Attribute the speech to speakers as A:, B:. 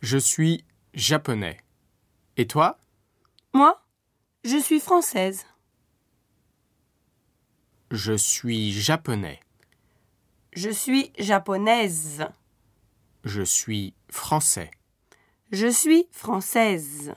A: Je suis japonais. Et toi
B: Moi, je suis française.
A: Je suis japonais.
B: Je suis japonaise.
A: Je suis français.
B: Je suis française.